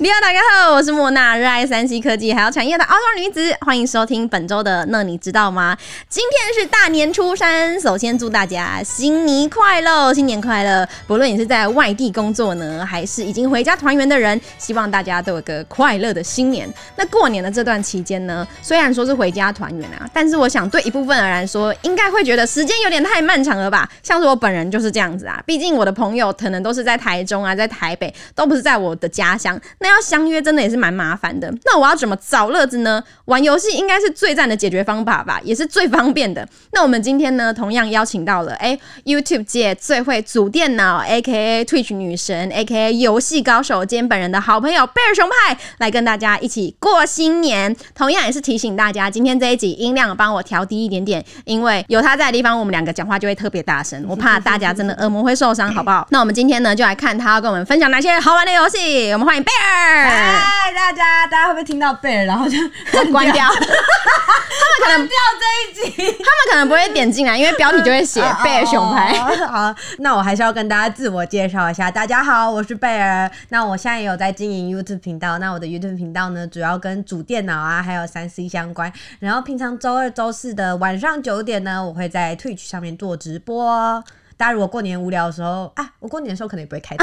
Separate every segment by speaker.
Speaker 1: 你好，大家好，我是莫娜，热爱三 C 科技还有产业的澳洲女子，欢迎收听本周的那你知道吗？今天是大年初三，首先祝大家新年快乐，新年快乐！不论你是在外地工作呢，还是已经回家团圆的人，希望大家都有个快乐的新年。那过年的这段期间呢，虽然说是回家团圆啊，但是我想对一部分人来说，应该会觉得时间有点太漫长了吧？像是我本人就是这样子啊，毕竟我的朋友可能都是在台中啊，在台北，都不是在我的家乡，那要相约真的也是蛮麻烦的。那我要怎么找乐子呢？玩游戏应该是最赞的解决方法吧，也是最方便的。那我们今天呢，同样邀请到了哎、YouTube 界最会组电脑，A K A Twitch 女神，A K A 游戏高手兼本人的好朋友贝尔熊派，来跟大家一起过新年。同样也是提醒大家，今天这一集音量帮我调低一点点，因为有他在的地方，我们两个讲话就会特别大 声，我怕大家真的耳膜会受伤，好不好？那我们今天呢，就来看他要跟我们分享哪些好玩的游戏。我们欢迎贝尔，
Speaker 2: 嗨，哎大家，大家会不会听到贝尔，然后就
Speaker 1: 哎 关 掉。
Speaker 2: 可能掉这一集？哦
Speaker 1: 他们可能不会点进来，因为标题就会写贝尔熊牌。
Speaker 2: 好，那我还是要跟大家自我介绍一下。大家好，我是贝尔。那我现在也有在经营 YouTube 频道。那我的 YouTube 频道呢，主要跟主电脑啊，还有三 C 相关。然后平常周二、周四的晚上九点呢，我会在 Twitch 上面做直播。大家如果过年无聊的时候啊，我过年的时候可能也 不会开 台，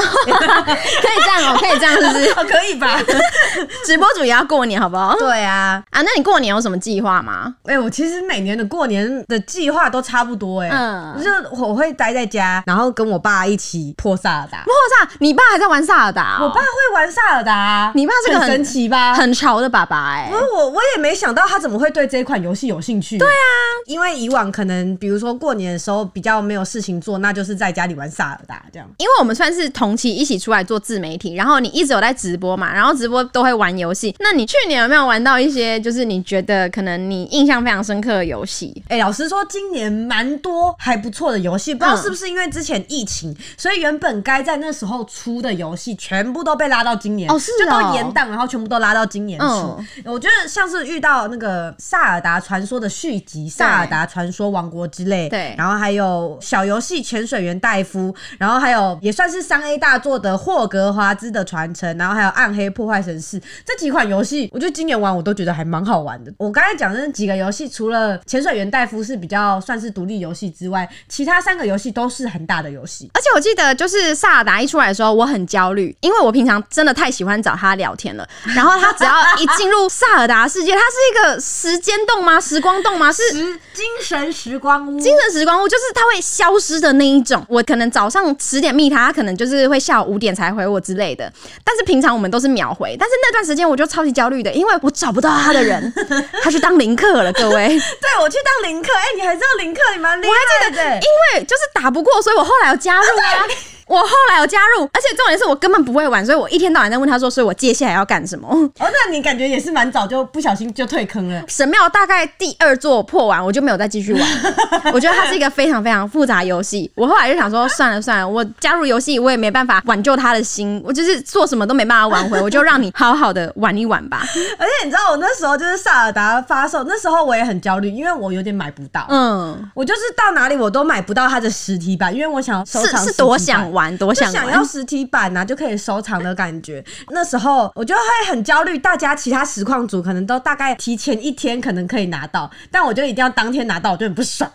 Speaker 1: 可以这样哦、可以这样，是不是？
Speaker 2: 可以吧？
Speaker 1: 直播主也要过年，好不好？
Speaker 2: 对啊，
Speaker 1: 啊，那你过年有什么计划吗？
Speaker 2: 哎、我其实每年的过年的计划都差不多哎、
Speaker 1: 嗯
Speaker 2: 就是我会待在家，然后跟我爸一起破萨尔达。
Speaker 1: 莫萨，你爸还在玩萨尔达哦、
Speaker 2: 我爸会玩萨尔达啊，
Speaker 1: 你爸是个
Speaker 2: 很神奇吧？
Speaker 1: 很潮的爸爸哎、
Speaker 2: 因为我我也没想到他怎么会对这款游戏有兴趣。对啊，因为以往可能比如说过年的时候比较没有事情做，那就是在家里玩萨尔达这样。
Speaker 1: 因为我们算是同期一起出来做自媒体，然后你一直有在直播嘛，然后直播都会玩游戏。那你去年有没有玩到一些就是你觉得可能你印象非常深刻的游戏？
Speaker 2: 哎、老实说，今年蛮多还不错的游戏，不知道
Speaker 1: 嗯
Speaker 2: 是不是因为之前疫情，所以原本该在那时候出的游戏全部都被拉到今年，
Speaker 1: 哦是哦
Speaker 2: 就都延档，然后全部都拉到今年出。
Speaker 1: 嗯
Speaker 2: 我觉得像是遇到那个《萨尔达传说》的续集《萨尔达啊传说王国》之类，
Speaker 1: 对
Speaker 2: 然后还有小游戏《潜水员戴夫》，然后还有也算是三 A 大作的《霍格华兹的传承》，然后还有《暗黑破坏神四》这几款游戏，我觉得今年玩我都觉得还蛮好玩的。我刚才讲的那几个游戏，除了《潜水员戴夫》是比较算是独立游戏之外，其他三个游戏都是很大的游戏。
Speaker 1: 而且我记得，就是萨尔达一出来的时候，我很焦虑，因为我平常真的太喜欢找他聊天了。然后他只要一进入萨尔达世界，他是一个时间洞吗？时光洞吗？是
Speaker 2: 时精神时光屋，
Speaker 1: 精神时光屋，就是他会消失的那一种。我可能早上十点密他，他可能就是会下午五点才回我之类的。但是平常我们都是秒回，但是那段时间我就超级焦虑的，因为我找不到他的人，他去当林克了，各位。
Speaker 2: 对我去当林克，哎、你还知道林克，你蛮厉害的、
Speaker 1: 因为就是打不过，所以我后来有加入啊。我后来有加入，而且重点是我根本不会玩，所以我一天到晚在问他说，所以我接下来要干什么？
Speaker 2: 哦，那你感觉也是蛮早就不小心就退坑了。
Speaker 1: 神庙大概第二座破完，我就没有再继续 玩。我觉得它是一个非常非常复杂的游戏。我后来就想说，算了算了，我加入游戏我也没办法挽救他的心，我就是做什么都没办法挽回，我就让你好好的玩一玩 吧。
Speaker 2: 而且你知道，我那时候就是萨尔达发售，那时候我也很焦虑，因为我有点买不到。
Speaker 1: 嗯，
Speaker 2: 我就是到哪里我都买不到它的实体版，因为我想要收
Speaker 1: 是
Speaker 2: 藏
Speaker 1: 是
Speaker 2: 实体版
Speaker 1: 多想玩，多
Speaker 2: 就
Speaker 1: 想
Speaker 2: 想
Speaker 1: 玩。
Speaker 2: 要实体版呐、啊，就可以收藏的感觉。那时候我就会很焦虑，大家其他实况组可能都大概提前一天可能可以拿到，但我就一定要当天拿到，我就很不 爽。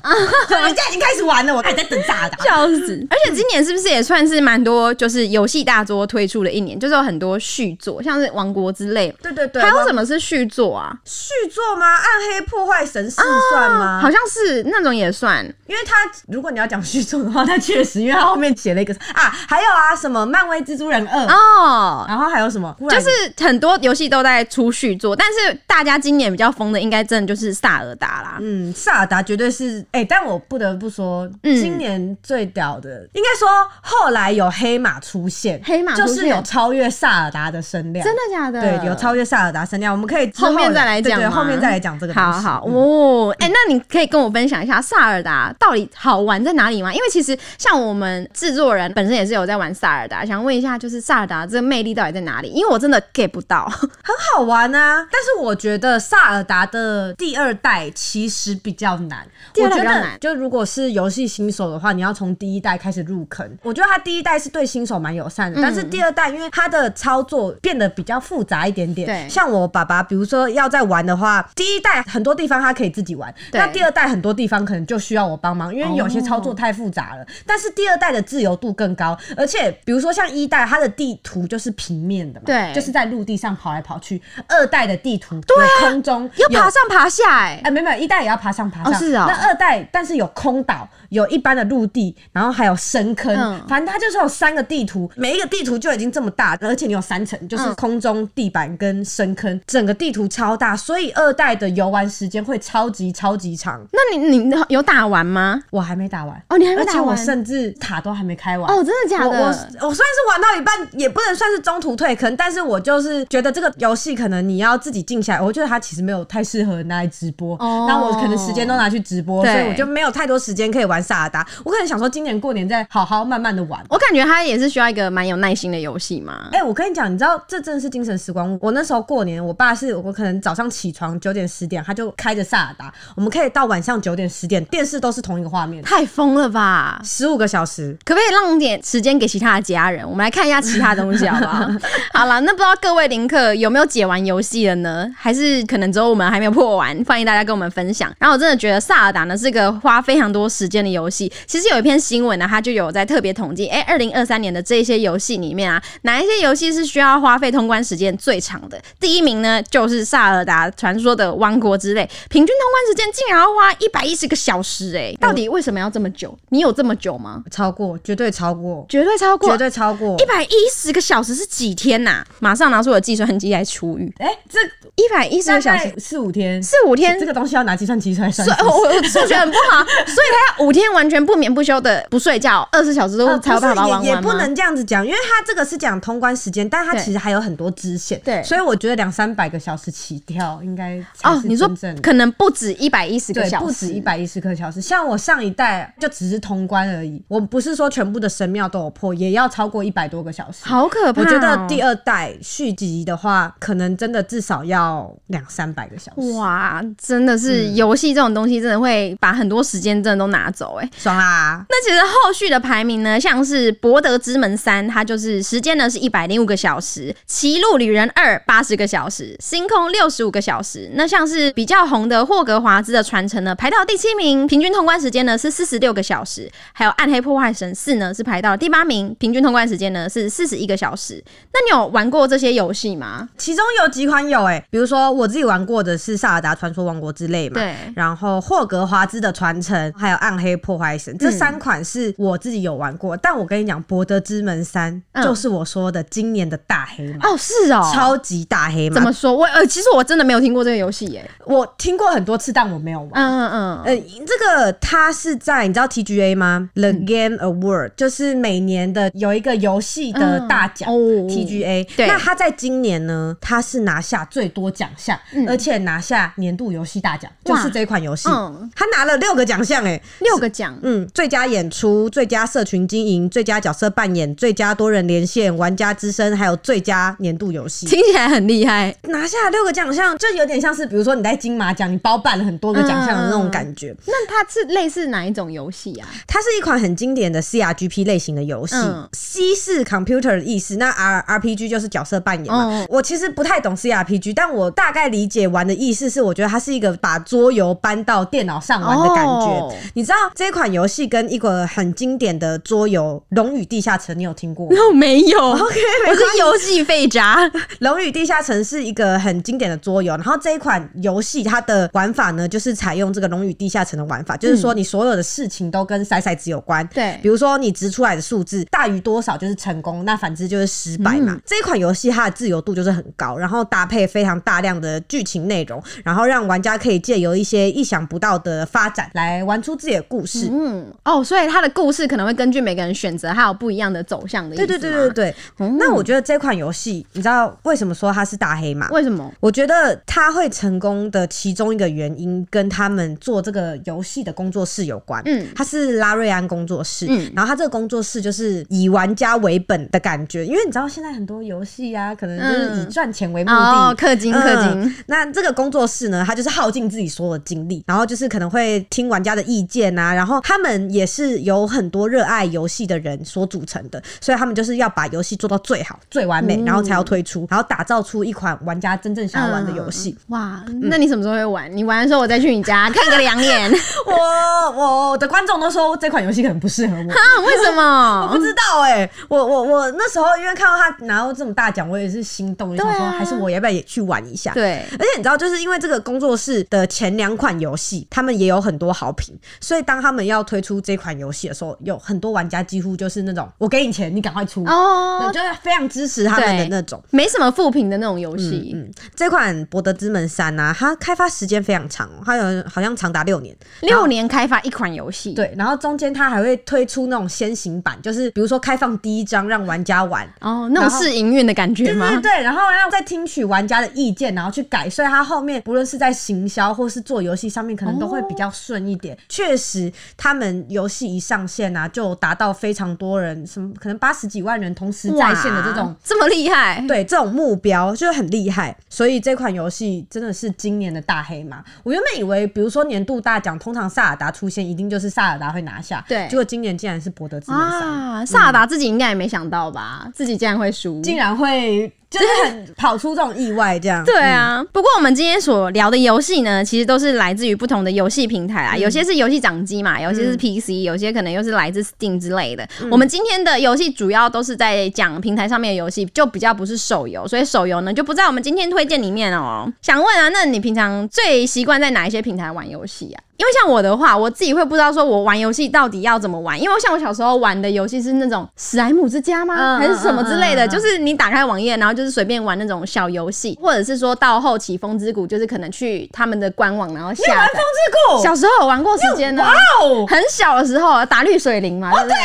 Speaker 2: 所以人家已经开始玩了，我还在等萨尔达。
Speaker 1: 笑死！ 而且今年是不是也算是蛮多，就是游戏大作推出的一年，就是有很多续作，像是《王国》之类。
Speaker 2: 对对对，
Speaker 1: 还有什
Speaker 2: 么
Speaker 1: 么是续作啊？
Speaker 2: 续作吗？暗黑破坏神四算吗？
Speaker 1: 好像是那种也算。
Speaker 2: 因为他如果你要讲续作的话，他确实，因为他后面写了一个啊，还有啊什么漫威蜘蛛人二、
Speaker 1: 哦，
Speaker 2: 然后还有什么，忽然
Speaker 1: 就是很多游戏都在出续作，但是大家今年比较疯的，应该真的就是萨尔达啦。
Speaker 2: 嗯，萨尔达绝对是哎、但我不得不说，
Speaker 1: 嗯
Speaker 2: 今年最屌的，应该说后来有黑马出现，
Speaker 1: 黑马出现
Speaker 2: 就是有超越萨尔达的声量，
Speaker 1: 真的假的？
Speaker 2: 对，有超越萨尔达声量，我们可以之
Speaker 1: 后面再来
Speaker 2: 对
Speaker 1: 讲
Speaker 2: 对
Speaker 1: 吗
Speaker 2: 后面再来讲这个东西。
Speaker 1: 好好
Speaker 2: 嗯
Speaker 1: 哦，哎、那你可以跟我分享一下萨尔达到底好玩在哪里吗？因为其实像我们制作人本本身也是有在玩萨尔达，想问一下，就是萨尔达这个魅力到底在哪里？因为我真的 get 不到。
Speaker 2: 很好玩啊。但是我觉得萨尔达的第二代其实比较难，
Speaker 1: 第二代
Speaker 2: 我觉
Speaker 1: 比较
Speaker 2: 得
Speaker 1: 难
Speaker 2: 就如果是游戏新手的话，你要从第一代开始入坑。我觉得它第一代是对新手蛮友善的，
Speaker 1: 嗯
Speaker 2: 但是第二代因为它的操作变得比较复杂一点点。
Speaker 1: 对
Speaker 2: 像我爸爸，比如说要在玩的话，第一代很多地方他可以自己玩，
Speaker 1: 对
Speaker 2: 那第二代很多地方可能就需要我帮忙，因为有些
Speaker 1: 哦
Speaker 2: 操作太复杂了。但是第二代的自由度更高，而且比如说像一代，它的地图就是平面的 嘛，
Speaker 1: 对
Speaker 2: 就是在陆地上跑来跑去。二代的地图对、有空中
Speaker 1: 啊要
Speaker 2: 有
Speaker 1: 爬上爬下、哎、
Speaker 2: 哎、没有没有，一代也要爬上爬上。
Speaker 1: 哦是哦
Speaker 2: 那二代，但是有空岛，有一般的陆地，然后还有深坑，
Speaker 1: 嗯
Speaker 2: 反正它就是有三个地图，每一个地图就已经这么大，而且你有三层，就是
Speaker 1: 嗯
Speaker 2: 空中、地板跟深坑，整个地图超大，所以二代的游玩时间会超级超级长。
Speaker 1: 那你你有打完吗？
Speaker 2: 我还没打完
Speaker 1: 哦你还没打完
Speaker 2: 而且我甚至塔都还没开完。
Speaker 1: 哦，真的假
Speaker 2: 我我我
Speaker 1: 的？
Speaker 2: 虽然是玩到一半，也不能算是中途退坑，但是我就是觉得这个游戏可能你要自己静下来，我觉得它其实没有太适合拿来直播。
Speaker 1: 哦
Speaker 2: 那我可能时间都拿去直播，所
Speaker 1: 对
Speaker 2: 以我就没有太多时间可以玩萨尔达。我可能想说今年过年再好好慢慢的玩。
Speaker 1: 我感觉它也是需要一个蛮有耐心的游戏嘛。
Speaker 2: 哎、我跟你讲，你知道这真的是精神时光屋。我那时候过年，我爸是我可能早上起床九点十点，他就开着萨尔达，我们可以到晚上九点十点，电视都是同一个画面，
Speaker 1: 太疯了吧！
Speaker 2: 十五个小时。
Speaker 1: 可不可以让点时间给其他的家人？我们来看一下其他东西，好不好？好了，那不知道各位林克有没有解完游戏了呢？还是可能只有我们还没有破完？欢迎大家跟我们分享。然后我真的觉得《萨尔达》呢是个花非常多时间的游戏。其实有一篇新闻呢，啊它就有在特别统计，哎、2二零二三年的这些游戏里面啊，哪一些游戏是需要花费通关时间最长的？第一名呢就是《萨尔达传说的王国之泪》，平均通关时间竟然要花一百一十个小时、哎，到底为什么要这么久？你有这么久吗？
Speaker 2: 超过，绝对超过，
Speaker 1: 绝对超过
Speaker 2: 绝对超过
Speaker 1: 一。百一十个小时是几天呐、马上拿出我的计算机来除以
Speaker 2: 哎、这
Speaker 1: 一百一十
Speaker 2: 大
Speaker 1: 个小时
Speaker 2: 概四五天，
Speaker 1: 四五天
Speaker 2: 这。个东西要拿计算机出来算
Speaker 1: 所以，。我我数学很不好，所以他要五天完全不眠不休的不睡觉，二十小时都
Speaker 2: 呃
Speaker 1: 哦才有
Speaker 2: 不
Speaker 1: 办
Speaker 2: 是
Speaker 1: 法玩完
Speaker 2: 也也
Speaker 1: 吗
Speaker 2: 不能这样子讲，因为它这个是讲通关时间，但它
Speaker 1: 对
Speaker 2: 其实还有很多支线，
Speaker 1: 对
Speaker 2: 所以我觉得两三百个小时起跳应该才
Speaker 1: 哦
Speaker 2: 是。
Speaker 1: 你说
Speaker 2: 真正的
Speaker 1: 可能不止一百一十个
Speaker 2: 对，
Speaker 1: 小时，
Speaker 2: 不止一百一十个小时。像我上一代就只是通关而已，我不是说全部的神庙都有破，也要超过一百多个小时。
Speaker 1: 好可怕、哦
Speaker 2: 我觉得第
Speaker 1: 二
Speaker 2: 二代续集的话，可能真的至少要两三百个小时，
Speaker 1: 哇，真的是
Speaker 2: 嗯
Speaker 1: 游戏这种东西，真的会把很多时间真的都拿走、哎。
Speaker 2: 爽啦！
Speaker 1: 那其实后续的排名呢，像是《博德之门三》，它就是时间呢是一百零五个小时，《歧路旅人二》八十个小时，《星空》六十五个小时。那像是比较红的《霍格华兹的传承》呢，排到第七名，平均通关时间呢是四十六个小时。还有《暗黑破坏神四》呢是排到第八名，平均通关时间呢是四十一个小时。那你有玩过这些游戏吗？
Speaker 2: 其中有几款有哎、比如说我自己玩过的是《萨尔达传说王国》之类嘛，
Speaker 1: 对
Speaker 2: 然后《霍格华兹的传承》还有《暗黑破坏
Speaker 1: 嗯
Speaker 2: 神》这三款是我自己有玩过，但我跟你讲，《博德之门三》
Speaker 1: 嗯
Speaker 2: 就是我说的今年的大黑马。
Speaker 1: 哦，是哦，
Speaker 2: 超级大黑
Speaker 1: 怎
Speaker 2: 马
Speaker 1: 么，说？我呃，其实我真的没有听过这个游戏耶。
Speaker 2: 我听过很多次，但我没有玩。
Speaker 1: 嗯嗯嗯，
Speaker 2: 呃，这个它是在你知道 TGA 吗？The
Speaker 1: 嗯
Speaker 2: Game Award、就是每年的有一个游戏的大奖、
Speaker 1: 嗯哦
Speaker 2: TGA。
Speaker 1: 对
Speaker 2: 那它在今年呢，它是拿下最多奖项，而且拿下年度游戏大奖，就
Speaker 1: 嗯哇
Speaker 2: 是这款游戏，
Speaker 1: 嗯
Speaker 2: 它拿了六个奖项哎。
Speaker 1: 六个奖。
Speaker 2: 嗯，最佳演出、最佳社群经营、最佳角色扮演、最佳多人连线、玩家之声，还有最佳年度游戏。
Speaker 1: 听起来很厉害，
Speaker 2: 拿下六个奖项，就有点像是，比如说你在金马奖，你包办了很多个奖项的那种
Speaker 1: 嗯
Speaker 2: 感觉。
Speaker 1: 那它是类似哪一种游戏 啊？
Speaker 2: 它是一款很经典的 CRGP 类型的游戏、
Speaker 1: 嗯
Speaker 2: c 是 computer 的意思，那 R RPG 就是角色扮演嘛。
Speaker 1: 嗯
Speaker 2: 我其实不太懂 CRPG，但我大概理解玩的意思是，我觉得它是一个把桌游搬到电脑上玩的感觉。
Speaker 1: 哦
Speaker 2: 你知道这款游戏跟一个很经典的桌游《龙与地下城》，你有听过吗？
Speaker 1: 那没有，OK，我是游戏废渣。
Speaker 2: 《龙与地下城》是一个很经典的桌游，然后这一款游戏它的玩法呢，就是采用这个《龙与地下城》的玩法，就是说你所有的事情都跟骰骰子有关。
Speaker 1: 对
Speaker 2: 比如说你掷出来的数字大于多少就是成功，那反之就是失败嘛。这一款游戏它的自由度就是很高，然后搭配非常大量的剧情内容，然后让玩家可以借由一些意想不到的发展来玩出自己的故事。
Speaker 1: 嗯，哦，所以它的故事可能会根据每个人选择，还有不一样的走向的意思
Speaker 2: 嗯
Speaker 1: 吗。
Speaker 2: 对
Speaker 1: 哦
Speaker 2: 对对对对，那我觉得这款游戏，你知道为什么说它是大黑马吗？
Speaker 1: 为什么？
Speaker 2: 我觉得他会成功的其中一个原因，跟他们做这个游戏的工作室有关。
Speaker 1: 嗯
Speaker 2: 他是拉瑞安工作室，
Speaker 1: 嗯
Speaker 2: 然后他这个工作室就是以玩家为本的感觉，因为你知道现在很多游戏啊，可能就是以
Speaker 1: 嗯
Speaker 2: 赚钱为目的。
Speaker 1: 哦，氪金氪金，
Speaker 2: 嗯那这个工作室呢，他就是耗尽自己所有的精力，然后就是可能会听玩家的意见啊，然后他们也是有很多热爱游戏的人所组成的，所以他们就是要把游戏做到最好、最完
Speaker 1: 嗯
Speaker 2: 美，然后才要推出，然后打造出一款玩家真正想要玩的游戏。
Speaker 1: 哇，
Speaker 2: 嗯
Speaker 1: 那你什么时候会玩？你玩的时候我再去你 家看个两眼啊？
Speaker 2: 我我我的观众都说这款游戏很不适合我。
Speaker 1: 为什
Speaker 2: 我不
Speaker 1: 么？
Speaker 2: 知道哎、我我我那时候因为看到他拿到这么大奖，我也是心动，就想说
Speaker 1: 对啊
Speaker 2: 还是我要不要也去玩一下？
Speaker 1: 对，
Speaker 2: 而且你知道，就是因为这个工作室的前两款游戏，他们也有很多好评，所以当他们要推出这款游戏的时候，有很多玩家几乎就是那种我给你钱，你赶快出，对，
Speaker 1: 哦，
Speaker 2: 就是非常支持他们的
Speaker 1: 对
Speaker 2: 那种。
Speaker 1: 没什么负评的那种游戏，
Speaker 2: 嗯，这款《博德之门三》啊，它开发时间非常长、哦，它有好像长达六年。
Speaker 1: 六年开发一款游戏，，
Speaker 2: 对，然后中间它还会推出那种先行版，就是比如说开放第一章让玩家玩，
Speaker 1: 哦，那种试营运的感觉
Speaker 2: 对
Speaker 1: 吗
Speaker 2: 对？对，然后要再听取玩家的意见，然后去改，所以它后面不论是在行销或是做游戏上面，可能都会比较顺一
Speaker 1: 哦
Speaker 2: 点。确实，他们游戏一上线啊，就达到非常多人，什么可能八十几万人同时在线的这种
Speaker 1: 哇。这么厉害，
Speaker 2: 对这种目标就是很厉害，所以这款游戏真的是今年的大黑马。我原本以为，比如说年度大奖，通常萨尔达出现，一定就是萨尔达会拿下。
Speaker 1: 对
Speaker 2: 结果今年竟然是博德之门三、
Speaker 1: 啊，萨尔达自己应该也没想到吧，自己竟然会输。
Speaker 2: 竟然会就是 很跑出这种意外，这样。嗯
Speaker 1: 对啊，不过我们今天所聊的游戏呢，其实都是来自于不同的游戏平台啊
Speaker 2: 嗯
Speaker 1: 啦，有些是游戏掌机嘛，有些是 PC，、有些可能又是来自 Steam 之类的。
Speaker 2: 嗯
Speaker 1: 我们今天的游戏主要都是在讲平台上面的游戏，就比较不是手游，所以手游呢就不在我们今天推荐里面哦。想问啊，那你平常最习惯在哪一些平台玩游戏啊？因为像我的话，我自己会不知道说我玩游戏到底要怎么玩，因为像我小时候玩的游戏是那种史莱姆之家吗，
Speaker 2: 嗯
Speaker 1: 还是什么之类
Speaker 2: 嗯嗯
Speaker 1: 的，
Speaker 2: 嗯
Speaker 1: 就是。就是你打开网页，然后就是随便玩那种小游戏，或者是说到后期风之谷，就是可能去他们的官网然后
Speaker 2: 你有
Speaker 1: 下
Speaker 2: 玩风
Speaker 1: 载。
Speaker 2: 之谷？
Speaker 1: 小时候有玩过时间呢，
Speaker 2: 哦，
Speaker 1: 很小的时候打绿水灵嘛，对不对？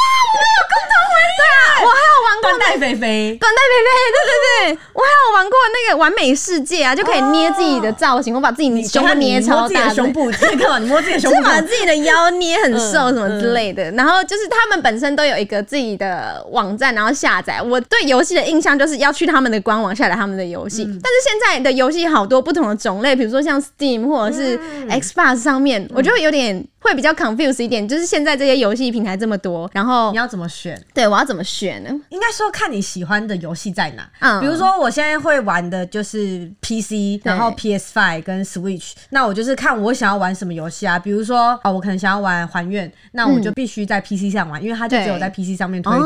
Speaker 2: 啊
Speaker 1: 我还有玩过
Speaker 2: 断带肥肥。
Speaker 1: 短带贝贝，对对对，我还有玩过那个完美世界啊，就可以捏自己的造型，我把自己
Speaker 2: 你
Speaker 1: 胸部捏超
Speaker 2: 摸自己
Speaker 1: 大
Speaker 2: 的
Speaker 1: 的，
Speaker 2: 胸部， 你看到你摸自己的胸
Speaker 1: 就是
Speaker 2: 部，
Speaker 1: 把自己的腰捏很瘦什么之类的。然后就是他们本身都有一个自己的网站，然后下载。我对游戏的印象就是要去他们的官网下载他们的游戏，但是现在的游戏好多不同的种类，比如说像 Steam 或者是 Xbox 上面，我就有点会比较 confuse 一点，就是现在这些游戏平台这么多，然后
Speaker 2: 你要怎么选？
Speaker 1: 对我要怎么选呢？
Speaker 2: 应该说看你喜欢的游戏在哪。
Speaker 1: 嗯
Speaker 2: 比如说我现在会玩的就是 PC，然后 PS Five 跟 Switch，那我就是看我想要玩什么游戏啊。比如说啊、我可能想要玩《还愿》，那我就
Speaker 1: 嗯
Speaker 2: 必须在 PC 上玩，因为它就只有在 PC 上面推
Speaker 1: 哦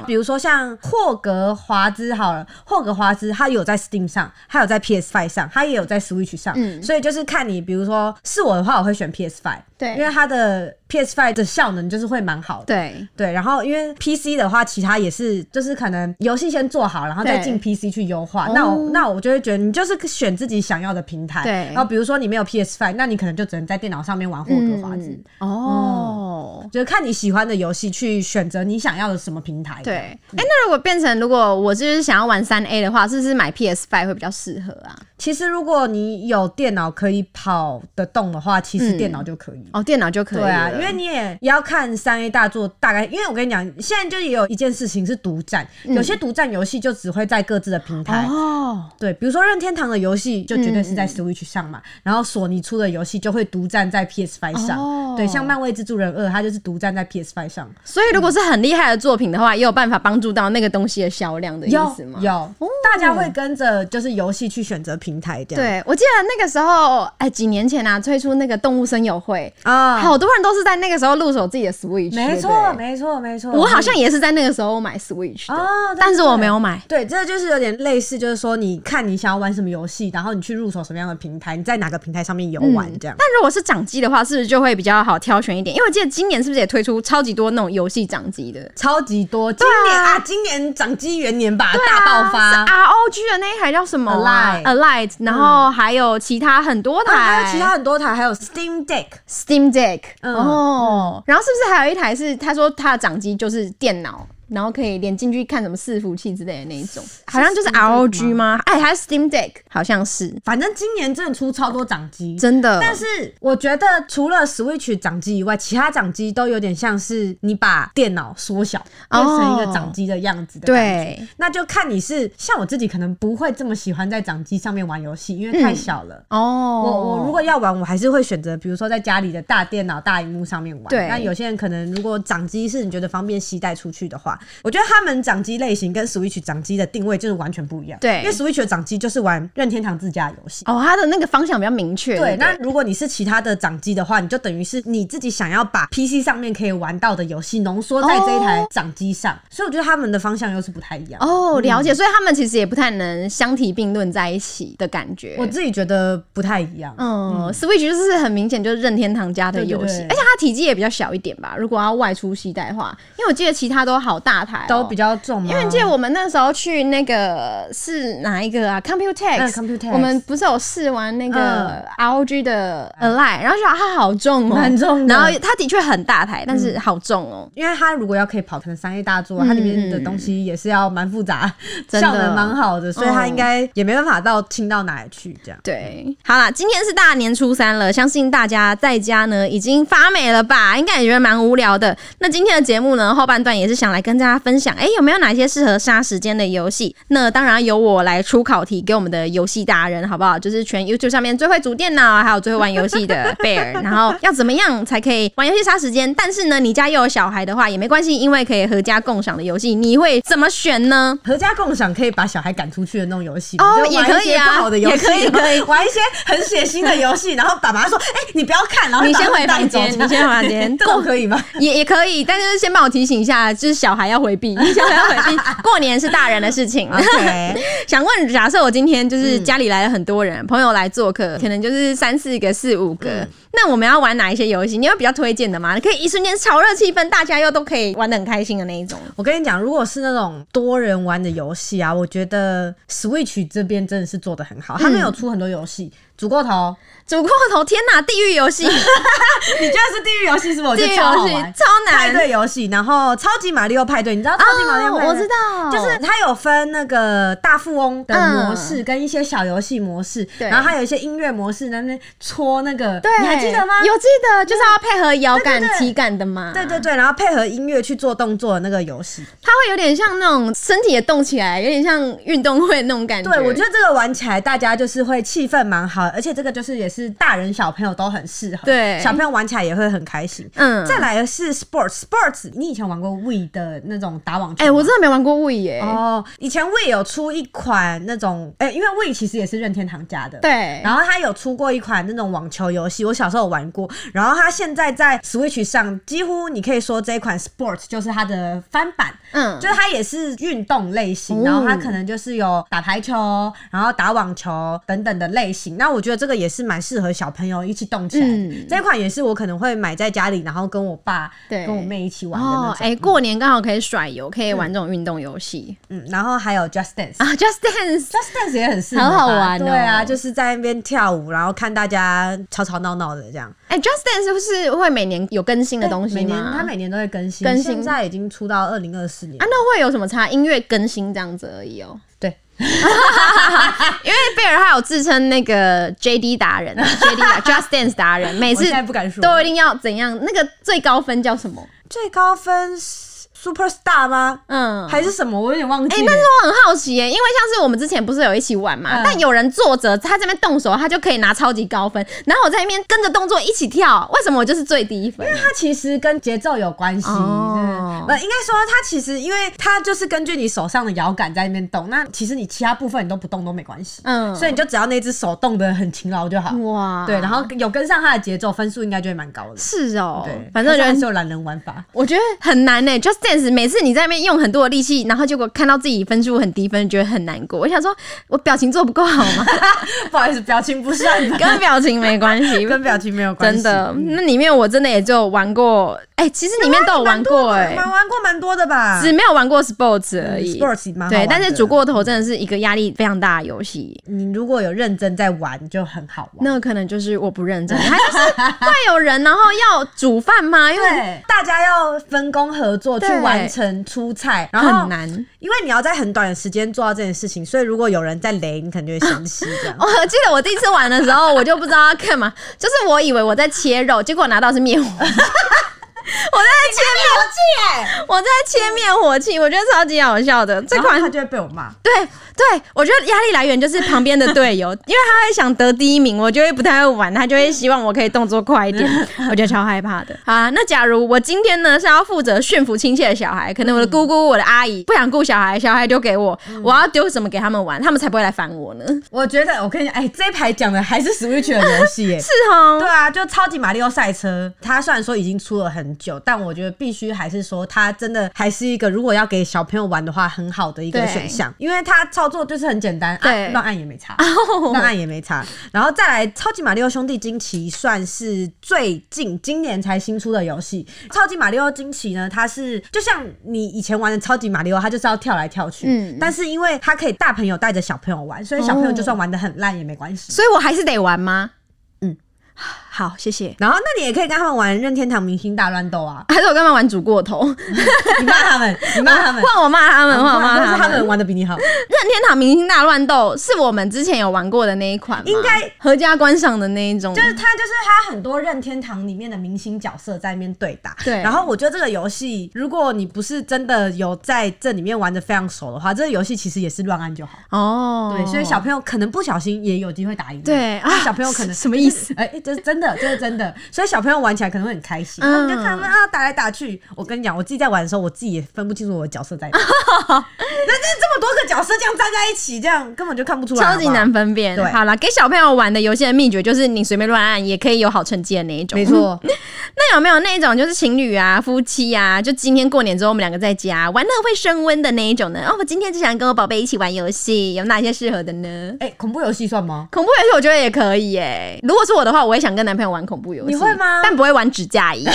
Speaker 2: 出。比如说像霍格华兹好了，霍格华兹它有在 Steam 上，它有在 PS Five 上，它也有在 Switch 上，
Speaker 1: 嗯
Speaker 2: 所以就是看你，比如说是我的话，我会选 PS Five，
Speaker 1: 对
Speaker 2: 因为它的 PS Five 的效能就是会蛮好的。
Speaker 1: 对。
Speaker 2: 对，然后因为 PC 的话，其他也是就是可能游戏先做好，然后再
Speaker 1: 对哦
Speaker 2: 进 PC 去优化。那我那我就会觉得你就是选自己想要的平台。
Speaker 1: 对
Speaker 2: 然后比如说你没有 PS Five，那你可能就只能在电脑上面玩霍格华兹。
Speaker 1: 嗯哦，
Speaker 2: 就是看你喜欢的游戏去选择你想要的什么平台。
Speaker 1: 对，哎、那如果变成如果我就是想要玩三 A 的话，是不是买 PS Five 会比较适合啊？
Speaker 2: 其实如果你有电脑可以跑得动的话，其实
Speaker 1: 嗯
Speaker 2: 电脑就可以。
Speaker 1: 哦，电脑就可以
Speaker 2: 对啊，
Speaker 1: 了
Speaker 2: 因为你也也要看三 A 大作大概，因为我跟你讲，现在就也有一件事情是独占，
Speaker 1: 嗯
Speaker 2: 有些独占游戏就只会在各自的平台，
Speaker 1: 哦，
Speaker 2: 对，比如说任天堂的游戏就绝对
Speaker 1: 嗯
Speaker 2: 是在 Switch 上嘛，然后索尼出的游戏就会独占在 PS Five 上。
Speaker 1: 哦
Speaker 2: 对，像漫威蜘蛛人二，它就是独占在 PS Five 上。
Speaker 1: 所以如果是很厉害的作品的话，也有办法帮助到那个东西的销量的意
Speaker 2: 有
Speaker 1: 思吗？
Speaker 2: 有，大家会跟着就是游戏去选择平台这样。
Speaker 1: 对，我记得那个时候，哎，几年前啊，推出那个动物森友会，
Speaker 2: 啊，
Speaker 1: 好多人都是在那个时候入手自己的 Switch 对不对。
Speaker 2: 没错，没错，没错。
Speaker 1: 我好像也是在那个时候买 Switch 的，
Speaker 2: 哦，
Speaker 1: 但是我没
Speaker 2: 有。
Speaker 1: 有买。
Speaker 2: 对，这就是有点类似，就是说，你看你想要玩什么游戏，然后你去入手什么样的平台，你在哪个平台上面游玩这样。
Speaker 1: 但如果是掌机的话，是不是就会比较好挑选一点？因为我记得今年是不是也推出超级多那种游戏掌机的？
Speaker 2: 超级多，今年啊，今年掌机元年吧，
Speaker 1: 啊
Speaker 2: 大爆发，
Speaker 1: 是 ROG 的那一台叫什么啊
Speaker 2: Alight
Speaker 1: Alight，然后还有其他很多台，
Speaker 2: 啊还有其他很多台，还有 Steam Deck，
Speaker 1: Steam Deck，、
Speaker 2: 嗯
Speaker 1: 哦，然后是不是还有一台是他说他的掌机就是电脑，然后可以点进去看什么伺服器之类的那一种，好像就是 ROG 吗？哎，还是 Steam Deck，好像是，
Speaker 2: 反正今年真的出超多掌机，
Speaker 1: 真的。
Speaker 2: 但是我觉得除了 Switch 掌机以外，其他掌机都有点像是你把电脑缩小变成一个掌机的样子的感觉。
Speaker 1: 哦对，
Speaker 2: 那就看你是像我自己，可能不会这么喜欢在掌机上面玩游戏，因
Speaker 1: 嗯
Speaker 2: 为太小了。
Speaker 1: 哦，
Speaker 2: 我我如果要玩，我还是会选择，比如说在家里的大电脑、大荧幕上面玩。
Speaker 1: 对
Speaker 2: 那有些人可能如果掌机是你觉得方便携带出去的话，我觉得他们掌机类型跟 Switch 掌机的定位就是完全不一样。
Speaker 1: 对
Speaker 2: 因为 Switch 的掌机就是玩任天堂自家游戏。
Speaker 1: 哦，它的那个方向比较明确，
Speaker 2: 对，
Speaker 1: 不
Speaker 2: 那如果你是其他的掌机的话，你就等于是你自己想要把 PC 上面可以玩到的游戏浓缩在这一台
Speaker 1: 哦
Speaker 2: 掌机上，所以我觉得他们的方向又是不太一样。
Speaker 1: 哦，了解，所以他们其实也不太能相提并论在一起的感觉。
Speaker 2: 我自己觉得不太一样。
Speaker 1: 嗯 s w i t c h 就是很明显就是任天堂家的游戏，
Speaker 2: 对对对
Speaker 1: 而且它体积也比较小一点吧。如果要外出携带的话，因为我记得其他都好大台哦、
Speaker 2: 都比较重吗，啊
Speaker 1: 因为你记得我们那时候去那个是哪一个啊
Speaker 2: 嗯
Speaker 1: ？Computex，、
Speaker 2: ，Computex
Speaker 1: 我们不是有试玩那个
Speaker 2: 嗯
Speaker 1: ROG 的 Align，、然后就觉得它好重哦、
Speaker 2: 蛮重的嗯
Speaker 1: 然后它的确很大台，但是好重哦、
Speaker 2: 因为它如果要可以跑，可能三 A 大作，它里面的东西也是要蛮复杂，
Speaker 1: 嗯 真的
Speaker 2: 效能蛮好的，所以它应该也没办法到轻到哪里去这样。
Speaker 1: 哦对，好啦，今天是大年初三了，相信大家在家呢已经发霉了吧？应该也觉得蛮无聊的。那今天的节目呢，后半段也是想来跟大家分享，哎、有没有哪些适合杀时间的游戏？那当然由我来出考题给我们的游戏达人，好不好？就是全 YouTube 上面最会组电脑，还有最会玩游戏的 贝尔。然后要怎么样才可以玩游戏杀时间？但是呢，你家又有小孩的话也没关系，因为可以合家共享的游戏，你会怎么选呢？
Speaker 2: 合家共享可以把小孩赶出去的那种游戏嘛，
Speaker 1: 哦
Speaker 2: 就玩一些
Speaker 1: 也可以啊
Speaker 2: 不好的游戏，
Speaker 1: 也可以 可以
Speaker 2: 玩一些很血腥的游 戏，然后爸爸说：“哎、你不要看，然后
Speaker 1: 你先
Speaker 2: 把他
Speaker 1: 回
Speaker 2: 带
Speaker 1: 房
Speaker 2: 走
Speaker 1: 间
Speaker 2: 这样
Speaker 1: 你先回房 间
Speaker 2: 这种可以吗？
Speaker 1: 也也可以，但是先帮我提醒一下，就是小孩要回避，小孩要回 避，过年是大人的事情。
Speaker 2: 嗯 OK，
Speaker 1: 想问，假设我今天就是
Speaker 2: 嗯
Speaker 1: 家里来了很多人，朋友来做客，可能就是三四个、四五个，
Speaker 2: 嗯
Speaker 1: 那我们要玩哪一些游戏？你有比较推荐的吗？可以一瞬间炒热气氛，大家又都可以玩的很开心的那一种。
Speaker 2: 我跟你讲，如果是那种多人玩的游戏啊，我觉得 Switch 这边真的是做的很
Speaker 1: 嗯
Speaker 2: 好，他们有出很多游戏，煮过头，
Speaker 1: 煮过头，天哪！地狱游 戏，
Speaker 2: 你觉得是地狱游戏是不是？我
Speaker 1: 地
Speaker 2: 觉
Speaker 1: 狱
Speaker 2: 得超好
Speaker 1: 游戏
Speaker 2: 玩。
Speaker 1: 超
Speaker 2: 派
Speaker 1: 难哦
Speaker 2: 对游戏，然后超级马里奥派对，你知道超级马里奥派对？
Speaker 1: 我知。道，
Speaker 2: 就是它有分那个大富翁的模式，跟一些小游戏模式，
Speaker 1: 对
Speaker 2: 然后还有一些音乐模式，在那边搓那个，
Speaker 1: 对，
Speaker 2: 你还记得吗？
Speaker 1: 有记得，就是要配合摇杆
Speaker 2: 对对、对
Speaker 1: 体感的嘛。
Speaker 2: 对对对，然后配合音乐去做动作的那个游戏，
Speaker 1: 它会有点像那种身体也动起来，有点像运动会那种感觉。
Speaker 2: 对我觉得这个玩起来大家就是会气氛蛮好，而且这个就是也是大人小朋友都很适合，
Speaker 1: 对
Speaker 2: 小朋友玩起来也会很开心。
Speaker 1: 嗯
Speaker 2: 再来的是 sports，sports，你以前玩过 We 的那种打网球
Speaker 1: 哎、
Speaker 2: 吗？
Speaker 1: 我真的没玩过物语耶、
Speaker 2: 哦，以前 We 有出一款那种，哎、因为 We 其实也是任天堂家的，。
Speaker 1: 对，
Speaker 2: 然后它有出过一款那种网球游戏，我小时候有玩过。然后它现在在 Switch 上，几乎你可以说这一款 Sport 就是它的翻版，
Speaker 1: 嗯，哦
Speaker 2: 就是它也是运动类型，然后它可能就是有打排球，然后打网球等等的类型。那我觉得这个也是蛮适合小朋友一起动起来的。
Speaker 1: 嗯
Speaker 2: 这一款也是我可能会买在家里，然后跟我爸、
Speaker 1: 对
Speaker 2: 跟我妹一起玩的那
Speaker 1: 哦
Speaker 2: 种。，
Speaker 1: 哎、过年刚好可以甩油，可以玩这种运动游戏、
Speaker 2: 嗯，然后还有 Just Dance。
Speaker 1: 啊，Just Dance。
Speaker 2: Just Dance 也很适合吧，
Speaker 1: 很好玩哦
Speaker 2: 对啊，就是在那边跳舞，然后看大家吵吵闹闹的这样。
Speaker 1: 哎、j u s t Dance 是会每年有更新的东西
Speaker 2: 每年
Speaker 1: 吗？
Speaker 2: 它每年都会更新，
Speaker 1: 更新
Speaker 2: 现在已经出到二零二四年
Speaker 1: 啊，。那会有什么差？音乐更新这样子而已哦。
Speaker 2: 对，
Speaker 1: 因为贝尔他有自称那个 JD 达人 啊，JD 达 Just Dance 达人，每
Speaker 2: 我
Speaker 1: 次
Speaker 2: 现在不敢说
Speaker 1: 都一定要怎样？那个最高分叫什么？
Speaker 2: 最高分是 Superstar 吗？
Speaker 1: 嗯，
Speaker 2: 还是什么？我有点忘记
Speaker 1: 哎、
Speaker 2: 了。
Speaker 1: 但是我很好奇耶、因为像是我们之前不是有一起玩嘛，
Speaker 2: 嗯
Speaker 1: 但有人坐着，他这边动手，他就可以拿超级高分，然后我在那边跟着动作一起跳，为什么我就是最低分？
Speaker 2: 它其实跟节奏有关系，
Speaker 1: 哦
Speaker 2: 嗯不、应该说它其实，因为它就是根据你手上的摇杆在那边动，那其实你其他部分你都不动都没关系，
Speaker 1: 嗯
Speaker 2: 所以你就只要那只手动的很勤劳就好，
Speaker 1: 哇，
Speaker 2: 对，然后有跟上它的节奏，分数应该就会蛮高的，
Speaker 1: 是哦、
Speaker 2: 对，
Speaker 1: 反正我
Speaker 2: 它
Speaker 1: 觉
Speaker 2: 是
Speaker 1: 得。
Speaker 2: 有懒人玩 法，
Speaker 1: 我觉得很难呢、j u s t Dance 每次你在那边用很多的力气，然后结果看到自己分数很低分，觉得很难过。我想说，我表情做不够好吗？
Speaker 2: 不好意思，表情不善吧，
Speaker 1: 跟表情没关 系，
Speaker 2: 跟表情没有关
Speaker 1: 真
Speaker 2: 系，
Speaker 1: 的。嗯那里面我真的也就玩过，哎、其实里面都有玩过、哎，
Speaker 2: 蛮玩过蛮多的吧，
Speaker 1: 只没有玩过 sports 而已。
Speaker 2: 啊嗯 sports 蛮好
Speaker 1: 对
Speaker 2: 玩，的
Speaker 1: 但是煮过头真的是一个压力非常大的游戏。
Speaker 2: 你如果有认真在玩就很好玩。
Speaker 1: 那可能就是我不认真，还 就是会有人然后要煮饭吗？因为
Speaker 2: 对，大家要分工合作去
Speaker 1: 对
Speaker 2: 完成出菜，然后
Speaker 1: 很，难。
Speaker 2: 因为你要在很短的时间做到这件事情，所以如果有人在雷，你可能就会生气这样。
Speaker 1: 我 记得我第一次玩的时候，我就不知道要干嘛，就是我以为我在切肉，结果拿到是 灭火。我在切
Speaker 2: 气耶！
Speaker 1: 灭，我在切灭火器，我觉得超级好笑的。这
Speaker 2: 这
Speaker 1: 款
Speaker 2: 款他就会被我骂。
Speaker 1: 对对，我觉得压力来源就是旁边的队友，因为他会想得第一名，我就会不太会玩，他就会希望我可以动作快一点， 我觉得超害怕的。好啊，那假如我今天呢是要负责驯服亲戚的小孩，可能我的姑姑、我的阿姨不想顾小孩，小孩丢给我，我要丢什么给他们玩，他们才不会来烦我呢？
Speaker 2: 我觉得我跟你讲，哎、这一排讲的还是 Switch 的游戏耶。
Speaker 1: 是哦，
Speaker 2: 对啊，就超级马里奥赛车，它虽然说已经出了很久，但我觉得必须还是说，它真的还是一个如果要给小朋友玩的话，很好的一个
Speaker 1: 对
Speaker 2: 选项，因为它操作就是很简单，
Speaker 1: 对
Speaker 2: 啊乱按也没差，乱按也没差。然后再来，超级马里奥兄弟惊奇算是最近今年才新出的游戏。超级马里奥惊奇呢，它是就像你以前玩的超级马里奥，它就是要跳来跳去，
Speaker 1: 嗯
Speaker 2: 但是因为它可以大朋友带着小朋友玩，所以小朋友
Speaker 1: 哦
Speaker 2: 就算玩的很烂也没关系。
Speaker 1: 所以我还是得玩吗？
Speaker 2: 嗯，
Speaker 1: 好，谢谢。
Speaker 2: 然后，那你也可以跟他们玩任天堂明星大乱斗啊！
Speaker 1: 还是我干嘛玩煮过头？
Speaker 2: 你骂他 们，你骂他 们，
Speaker 1: 换我骂他们，啊换我骂
Speaker 2: 但是
Speaker 1: 他
Speaker 2: 他
Speaker 1: 们
Speaker 2: 们。玩的比你好。
Speaker 1: 任天堂明星大乱斗是我们之前有玩过的那一款吗，
Speaker 2: 应该
Speaker 1: 合家观赏的那一种。
Speaker 2: 就是他，就是他很多任天堂里面的明星角色在那边对打。
Speaker 1: 对
Speaker 2: 然后我觉得这个游戏，如果你不是真的有在这里面玩的非常熟的话，这个游戏其实也是乱按就好。
Speaker 1: 哦，
Speaker 2: 对，所以小朋友可能不小心也有机会打赢。
Speaker 1: 对啊
Speaker 2: 那小朋友可能
Speaker 1: 什么意思？
Speaker 2: 哎、这是真的，这是真的。所以小朋友玩起来可能会很开心，
Speaker 1: 嗯
Speaker 2: 他们就看他们啊打来打去。我跟你讲，我自己在玩的时候，我自己也分不清楚我的角色在 哪。那这这么多个角色这样站在一起，这样根本就看不出来
Speaker 1: 超级
Speaker 2: 好不好
Speaker 1: 难分辨。
Speaker 2: 对
Speaker 1: 好了，给小朋友玩的游戏的秘诀就是你随便乱按也可以有好成绩的那一种。
Speaker 2: 没。错，
Speaker 1: 那有没有那一种就是情侣啊、夫妻啊，就今天过年之后我们两个在家玩那个会升温的那一种呢？哦，我今天就想跟我宝贝一起玩游戏，有哪些适合的呢？
Speaker 2: 哎、恐怖游戏算吗？
Speaker 1: 恐怖游戏我觉得也可以耶、如果是我的话，我也想跟男朋友玩恐怖游戏。
Speaker 2: 你会吗
Speaker 1: 但不会玩指甲仪。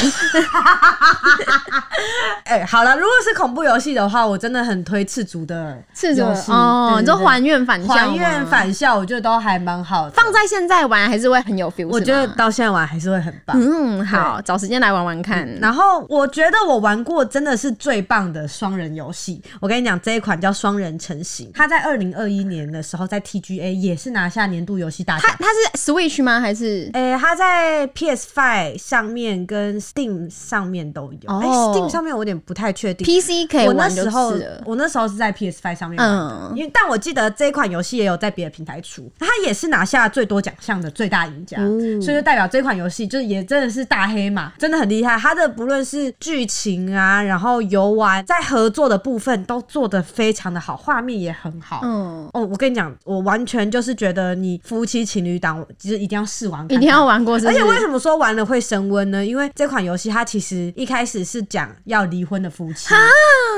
Speaker 2: 哎、好了，如果是恐怖游戏的话，我真的很推赤足的
Speaker 1: 是什么
Speaker 2: 游戏
Speaker 1: 哦，
Speaker 2: 对
Speaker 1: 你
Speaker 2: 对
Speaker 1: 说
Speaker 2: 对
Speaker 1: 还愿返校吗，
Speaker 2: 还愿返校，我觉得都还蛮好的。
Speaker 1: 放在现在玩还是会很有 feel。
Speaker 2: 我觉
Speaker 1: 是
Speaker 2: 得
Speaker 1: 吗
Speaker 2: 到现在玩还是会很棒。 嗯
Speaker 1: 嗯，好，找时间来玩玩看。
Speaker 2: 然后我觉得我玩过真的是最棒的双人游戏。我跟你讲，这一款叫《双人成行》，它在二零二一年的时候在 TGA 也是拿下年度游戏大
Speaker 1: 它
Speaker 2: 奖。
Speaker 1: 它是 Switch 吗？还是
Speaker 2: 诶、它在 PS Five 上面跟 Steam 上面都有。
Speaker 1: 哦
Speaker 2: 诶 s t e a m 上面我有点不太确定。
Speaker 1: PC 可以
Speaker 2: 我那
Speaker 1: 玩就
Speaker 2: 时候
Speaker 1: 是了。
Speaker 2: 我那时候是在 PS Five 上面玩的，
Speaker 1: 嗯
Speaker 2: 因为但我记得这一款游戏也有在别的平台出，它也是拿下最多奖项的最大赢家，
Speaker 1: 哦
Speaker 2: 所以就代表这款游戏就是也真的是大黑马，真的很厉害。它的不论是剧情啊，然后游玩，在合作的部分都做得非常的好，画面也很好。
Speaker 1: 嗯，
Speaker 2: 哦，我跟你讲，我完全就是觉得你夫妻情侣档就是一定要试玩看
Speaker 1: 一
Speaker 2: 看，
Speaker 1: 定要玩过是不
Speaker 2: 而
Speaker 1: 是，
Speaker 2: 且为什么说玩了会升温呢？因为这款游戏它其实一开始是讲要离婚的夫妻，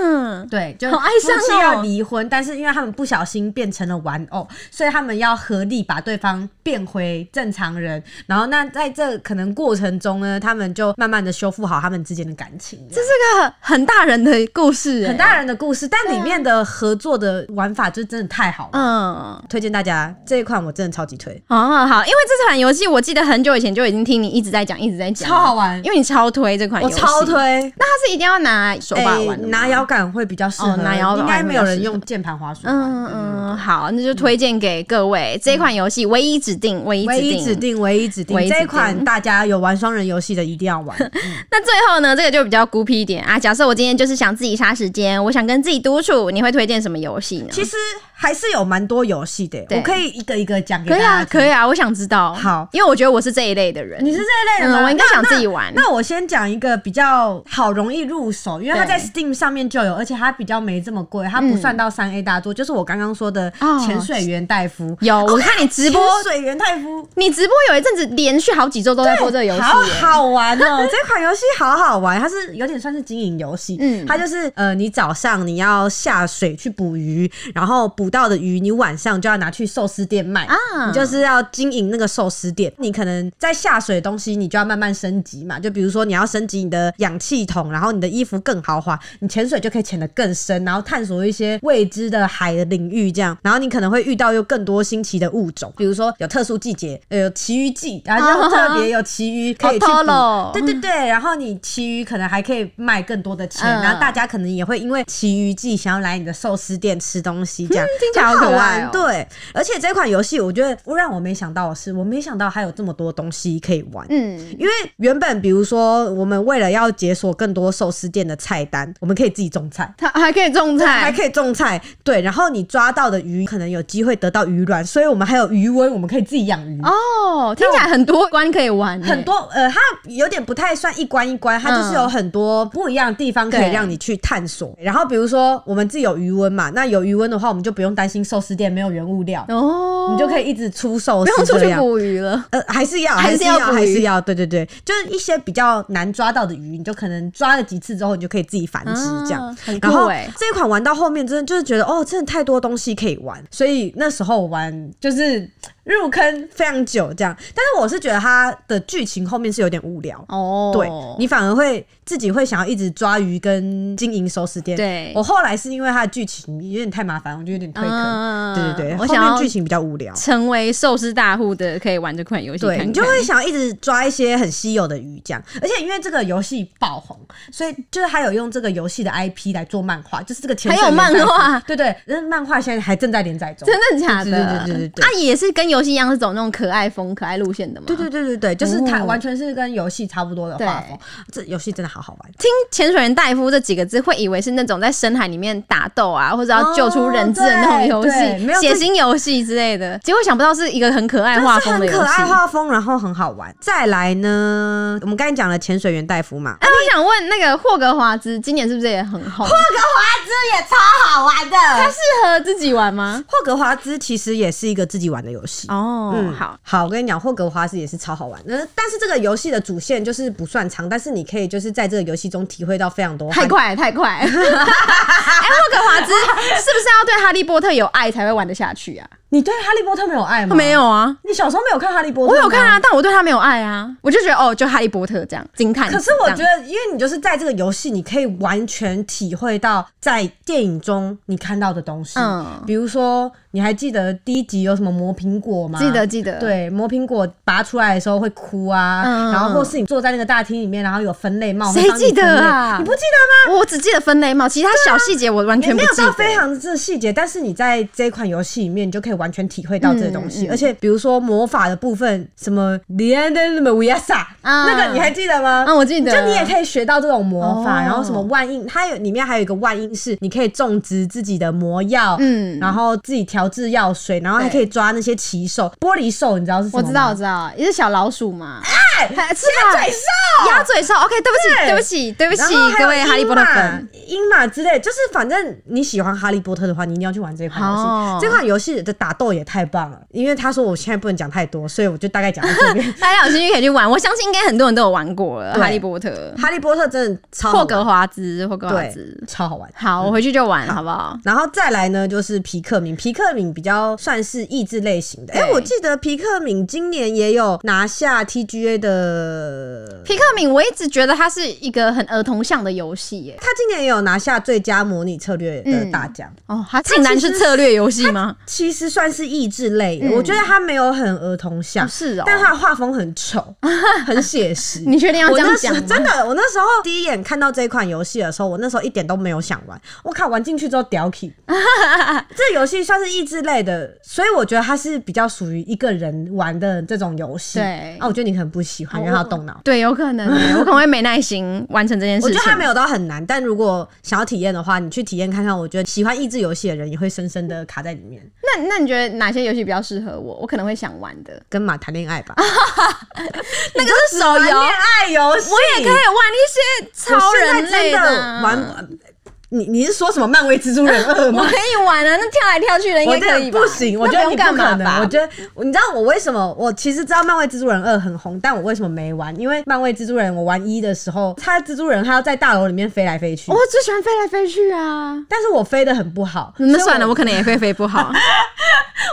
Speaker 1: 嗯，
Speaker 2: 对，就
Speaker 1: 好哀伤哦
Speaker 2: 夫妻要离婚，但是因为他们不小心变成了玩偶，所以他们要合力把对方变回正常人。然后那在这可能过程中呢，他们就慢慢的修复好他们之间的感情。这
Speaker 1: 这是个很大人的故事、
Speaker 2: 很。大人的故事，哎但里面的合作的玩法就真的太好了。
Speaker 1: 嗯，
Speaker 2: 推荐大家这一款，我真的超级推，
Speaker 1: 哦，好，因为这款游戏我记得很久以前就已经听你一直在讲，一直在讲，
Speaker 2: 超好玩哎
Speaker 1: 因为你超推这款
Speaker 2: 我
Speaker 1: 游戏，
Speaker 2: 超推。。
Speaker 1: 那它是一定要拿手把
Speaker 2: 哎
Speaker 1: 玩的吗、嗯
Speaker 2: 拿摇杆会比较适合，
Speaker 1: 哦拿摇杆
Speaker 2: 应该没有
Speaker 1: 会
Speaker 2: 人
Speaker 1: 比较适合
Speaker 2: 用键盘滑鼠玩。
Speaker 1: 嗯嗯，好，那就推荐给各位、这款游戏，唯一指定，唯一
Speaker 2: 嗯唯一指
Speaker 1: 指定。
Speaker 2: 定，唯一指定嗯
Speaker 1: 唯一指定
Speaker 2: 这一款，大家有玩双人游戏的一定要玩。
Speaker 1: 那最后呢，这个就比较孤僻一点啊。假设我今天就是想自己杀时间，我想跟自己独处，你会推荐什么游戏呢？
Speaker 2: 其实还是有蛮多游戏的，
Speaker 1: 对
Speaker 2: 我可以一个一个讲给
Speaker 1: 可
Speaker 2: 大
Speaker 1: 以
Speaker 2: 家
Speaker 1: 啊，
Speaker 2: 听。
Speaker 1: 可以啊，我想知道。
Speaker 2: 好
Speaker 1: 因为我觉得我是这一类的人。
Speaker 2: 你是这一类的吗？
Speaker 1: 嗯我应该
Speaker 2: 那
Speaker 1: 想自己玩
Speaker 2: 那。那我先讲一个比较好容易入手，因为
Speaker 1: 对
Speaker 2: 它
Speaker 1: 嗯
Speaker 2: 在 Steam 上面就有，而且它比较没这么贵，它不算到三 A 大作，就是我刚刚说的
Speaker 1: 哦
Speaker 2: 潜水员戴夫。
Speaker 1: 有，我看你直播，
Speaker 2: 潜水员戴夫
Speaker 1: 你直播有一阵子连续好几周都在播这个游戏、
Speaker 2: 好
Speaker 1: 耶
Speaker 2: 好玩哦！ 这款游戏好好玩，它是有点算是经营游戏，
Speaker 1: 嗯
Speaker 2: 它就是呃，你早上你要下水去捕鱼，然后捕捕到的鱼，你晚上就要拿去寿司店卖
Speaker 1: 啊
Speaker 2: 你就是要经营那个寿司店。你可能在下水的东西，你就要慢慢升级嘛。就比如说你要升级你的氧气筒，然后你的衣服更豪华，你潜水就可以潜得更深，然后探索一些未知的海的领域，这样。然后你可能会遇到又更多新奇的物种，比如说有特殊季节，呃，有旗鱼季，然后就特别有旗鱼可以去
Speaker 1: 哦
Speaker 2: 捕
Speaker 1: ，Polo。
Speaker 2: 对对对，然后你旗鱼可能还可以卖更多的钱，
Speaker 1: 嗯
Speaker 2: 然后大家可能也会因为旗鱼季想要来你的寿司店吃东西，这样、
Speaker 1: 嗯听起来
Speaker 2: 很
Speaker 1: 好
Speaker 2: 好
Speaker 1: 可
Speaker 2: 玩。
Speaker 1: 爱哦
Speaker 2: 对，而且这款游戏我觉得让我没想到的是，我没想到还有这么多东西可以玩。
Speaker 1: 嗯，
Speaker 2: 因为原本，比如说，我们为了要解锁更多寿司店的菜单，我们可以自己种菜，
Speaker 1: 它还可以种菜，
Speaker 2: 还可以种菜，对。然后你抓到的鱼，可能有机会得到鱼卵，所以我们还有鱼温，我们可以自己养鱼。
Speaker 1: 哦，听起来很多关可以玩欸，
Speaker 2: 很多呃，它有点不太算一关一关，它就是有很多不一样的地方可以
Speaker 1: 对
Speaker 2: 让你去探索。然后比如说我们自己有余温嘛，那有余温的话，我们就不用担心寿司店没有原物料，
Speaker 1: 哦，
Speaker 2: 你就可以一直出寿
Speaker 1: 不
Speaker 2: 司
Speaker 1: 用出
Speaker 2: 这
Speaker 1: 去
Speaker 2: 样。
Speaker 1: 捕鱼了。
Speaker 2: 呃，还是要，
Speaker 1: 还
Speaker 2: 还
Speaker 1: 是
Speaker 2: 是
Speaker 1: 要
Speaker 2: 要，
Speaker 1: 捕
Speaker 2: 还是
Speaker 1: 鱼
Speaker 2: 要，对对对，就是一些比较难抓到的鱼，你就可能抓了几次之后，你就可以自己繁殖这样。
Speaker 1: 啊很酷
Speaker 2: 然后
Speaker 1: 欸
Speaker 2: 这一款玩到后面，真的就是觉得哦，真的太多东西可以玩，所以那时候我玩就是入坑非常久这样。但是我是觉得它的剧情后面是有点无聊。
Speaker 1: 哦，
Speaker 2: 对你反而会自己会想要一直抓鱼跟经营寿司店。
Speaker 1: 对
Speaker 2: 我后来是因为它的剧情有点太麻烦，我就有点退坑。
Speaker 1: 嗯
Speaker 2: 对对对，
Speaker 1: 我
Speaker 2: 后
Speaker 1: 想
Speaker 2: 面
Speaker 1: 要
Speaker 2: 剧情比较无聊。
Speaker 1: 成为寿司大户的，可以玩这款游戏看
Speaker 2: 对
Speaker 1: 看。
Speaker 2: 你就会想要一直抓一些很稀有的鱼这样，而且因为这个游戏爆红，所以就是还有用这个游戏的 IP 来做漫画，就是这个前
Speaker 1: 还有漫画
Speaker 2: 对对，那漫画现在还正在连载中，
Speaker 1: 真的假的？
Speaker 2: 对对对对对对
Speaker 1: 啊，也是跟游戏一样是走那种可爱风、可爱路线的吗？
Speaker 2: 对对对对对，就是它
Speaker 1: 哦
Speaker 2: 完全是跟游戏差不多的画风，这游戏真的好好玩。
Speaker 1: 听“潜水员戴夫”这几个字，会以为是那种在深海里面打斗啊，或者要救出人质的那种游戏
Speaker 2: 哦对对没，有
Speaker 1: 血腥游戏之类的。结果想不到是一个很可爱画
Speaker 2: 它是
Speaker 1: 风的
Speaker 2: 很
Speaker 1: 游
Speaker 2: 可
Speaker 1: 戏。
Speaker 2: 爱啊
Speaker 1: 哎、
Speaker 2: 画风，然后很好玩。再来呢，我们刚才讲了潜水员戴夫嘛，
Speaker 1: 哎我想问，那个霍格华兹今年是不是也很红？
Speaker 2: 霍格华兹也超好玩的。
Speaker 1: 它适合自己玩吗？
Speaker 2: 霍格华兹其实也是一个自己玩的游戏
Speaker 1: 哦，
Speaker 2: 嗯，
Speaker 1: 好，
Speaker 2: 好，我跟你讲，霍格华兹也是超好玩。那但是这个游戏的主线就是不算长，但是你可以就是在这个游戏中体会到非常多。
Speaker 1: 太快了太 快了！哎、霍格华兹是不是要对哈利波特有爱才会玩得下去啊？
Speaker 2: 你对哈利波特没有爱吗？
Speaker 1: 没。有啊，
Speaker 2: 你小时候没有看哈利波特？
Speaker 1: 我有看。啊，但我对他没有爱啊，我就觉得哦，就哈利波特这样惊叹。
Speaker 2: 可是我觉
Speaker 1: 得，
Speaker 2: 得，因为你就是在这个游戏，你可以完全体会到在电影中你看到的东西。
Speaker 1: 嗯
Speaker 2: 比如说，你还记得第一集有什么磨苹果吗？
Speaker 1: 记得记得
Speaker 2: 对，磨苹果拔出来的时候会哭啊，
Speaker 1: 嗯
Speaker 2: 然后或是你坐在那个大厅里面，然后有分类帽，
Speaker 1: 谁
Speaker 2: 会帮你
Speaker 1: 记得
Speaker 2: 分类
Speaker 1: 啊
Speaker 2: 你不记得吗？啊
Speaker 1: 我只记得分类帽，其他小细节我完全不
Speaker 2: 你没有
Speaker 1: 记
Speaker 2: 到
Speaker 1: 得。
Speaker 2: 非常这细节，但是你在这一款游戏里面，你就可以完全体会到这些东西。
Speaker 1: 嗯嗯
Speaker 2: 而且比如说魔法的部分，什么李安的什么维亚萨，
Speaker 1: 啊
Speaker 2: 那个你还记得吗？
Speaker 1: 嗯我记得
Speaker 2: 就你也可以学到这种魔法，
Speaker 1: 哦
Speaker 2: 然后什么万应，它有里面还有一个万应是你可以种植自己的魔药，
Speaker 1: 嗯
Speaker 2: 然后自己调制药水，然后还可以抓那些奇兽，玻璃兽，你知道是什么
Speaker 1: 我
Speaker 2: 吗？
Speaker 1: 知道，我知道，也是小老鼠嘛，
Speaker 2: 哎
Speaker 1: 是吧
Speaker 2: 鸭嘴兽，
Speaker 1: 哦鸭嘴兽。OK，对不起，
Speaker 2: 对
Speaker 1: 对不起，对不
Speaker 2: 然后
Speaker 1: 起，
Speaker 2: 还有
Speaker 1: 各位哈利波特粉。
Speaker 2: 英玛、英玛之类，就是反正你喜欢哈利波特的话，你一定要去玩这款游戏。
Speaker 1: 哦。
Speaker 2: 这款游戏的打斗也太棒了，因为他说我现在不能讲太多，所以我就大概讲到这边
Speaker 1: 大家有兴趣可以去玩，我相信应该很多人都有玩过了。
Speaker 2: 对
Speaker 1: 哈利波特、
Speaker 2: 哈利波特真的超好
Speaker 1: 霍
Speaker 2: 玩
Speaker 1: 格华兹、霍格华
Speaker 2: 对嗯
Speaker 1: 兹，。
Speaker 2: 超好玩。
Speaker 1: 好，我回去就玩，好不好？
Speaker 2: 然后再来呢，就是皮克敏，皮克敏比较算是益智类型的。哎、
Speaker 1: 对
Speaker 2: 我记得皮克敏今年也有拿下 TGA 的，
Speaker 1: 皮克敏，我一直觉得它是一个很儿童向的游戏耶。
Speaker 2: 他今年也有拿下最佳模拟策略的
Speaker 1: 嗯
Speaker 2: 大奖。
Speaker 1: 哦，它竟然是策略游戏吗？
Speaker 2: 其实算是益智类的，
Speaker 1: 嗯
Speaker 2: 我觉得它没有很儿童向，
Speaker 1: 哦是哦
Speaker 2: 但它的画风很 丑，很写实。
Speaker 1: 你确定要
Speaker 2: 我
Speaker 1: 这样
Speaker 2: 那时
Speaker 1: 讲吗？
Speaker 2: 真的，我那时候第一眼看到这款游戏的时候，我那时候一点都没有想玩。我靠，玩进去之后屌 起，这游戏算是益智类的，所以我觉得它是比较属于一个人玩的这种游戏。
Speaker 1: 对
Speaker 2: 啊，我觉得你可能不喜欢，因为它要动脑。
Speaker 1: 对，有可能欸，我可能会没耐心完成这件事
Speaker 2: 我
Speaker 1: 情。
Speaker 2: 觉得它没有到很难，但如果想要体验的话，你去体验看看。我觉得喜欢益智游戏的人也会深深的卡在里面。
Speaker 1: 那那你觉得哪些游戏比较适合我？我可能会想玩的，
Speaker 2: 跟马谈恋爱吧，
Speaker 1: 那个是手
Speaker 2: 玩
Speaker 1: 游，
Speaker 2: 恋爱游戏，
Speaker 1: 我也可以玩一些超人类
Speaker 2: 我现在真
Speaker 1: 啊
Speaker 2: 的玩。你你是说什么漫威蜘 蛛人二
Speaker 1: 我
Speaker 2: 吗
Speaker 1: 可？以玩啊，那跳来跳去的应
Speaker 2: 我
Speaker 1: 该
Speaker 2: 觉
Speaker 1: 可
Speaker 2: 得
Speaker 1: 以吧？
Speaker 2: 不行，我
Speaker 1: 那
Speaker 2: 觉得
Speaker 1: 不
Speaker 2: 你
Speaker 1: 用
Speaker 2: 不
Speaker 1: 干
Speaker 2: 可
Speaker 1: 嘛吧？
Speaker 2: 能。我觉得你知道我为什么？我其实知道漫威蜘蛛人二很红，但我为什么没玩？因为漫威蜘蛛人我玩一的时候，他蜘蛛人他要在大楼里面飞来飞去，
Speaker 1: 我最喜欢飞来飞去啊。
Speaker 2: 但是我飞得很不好。
Speaker 1: 那
Speaker 2: 所以
Speaker 1: 算了，我可能也会飞不 好。啊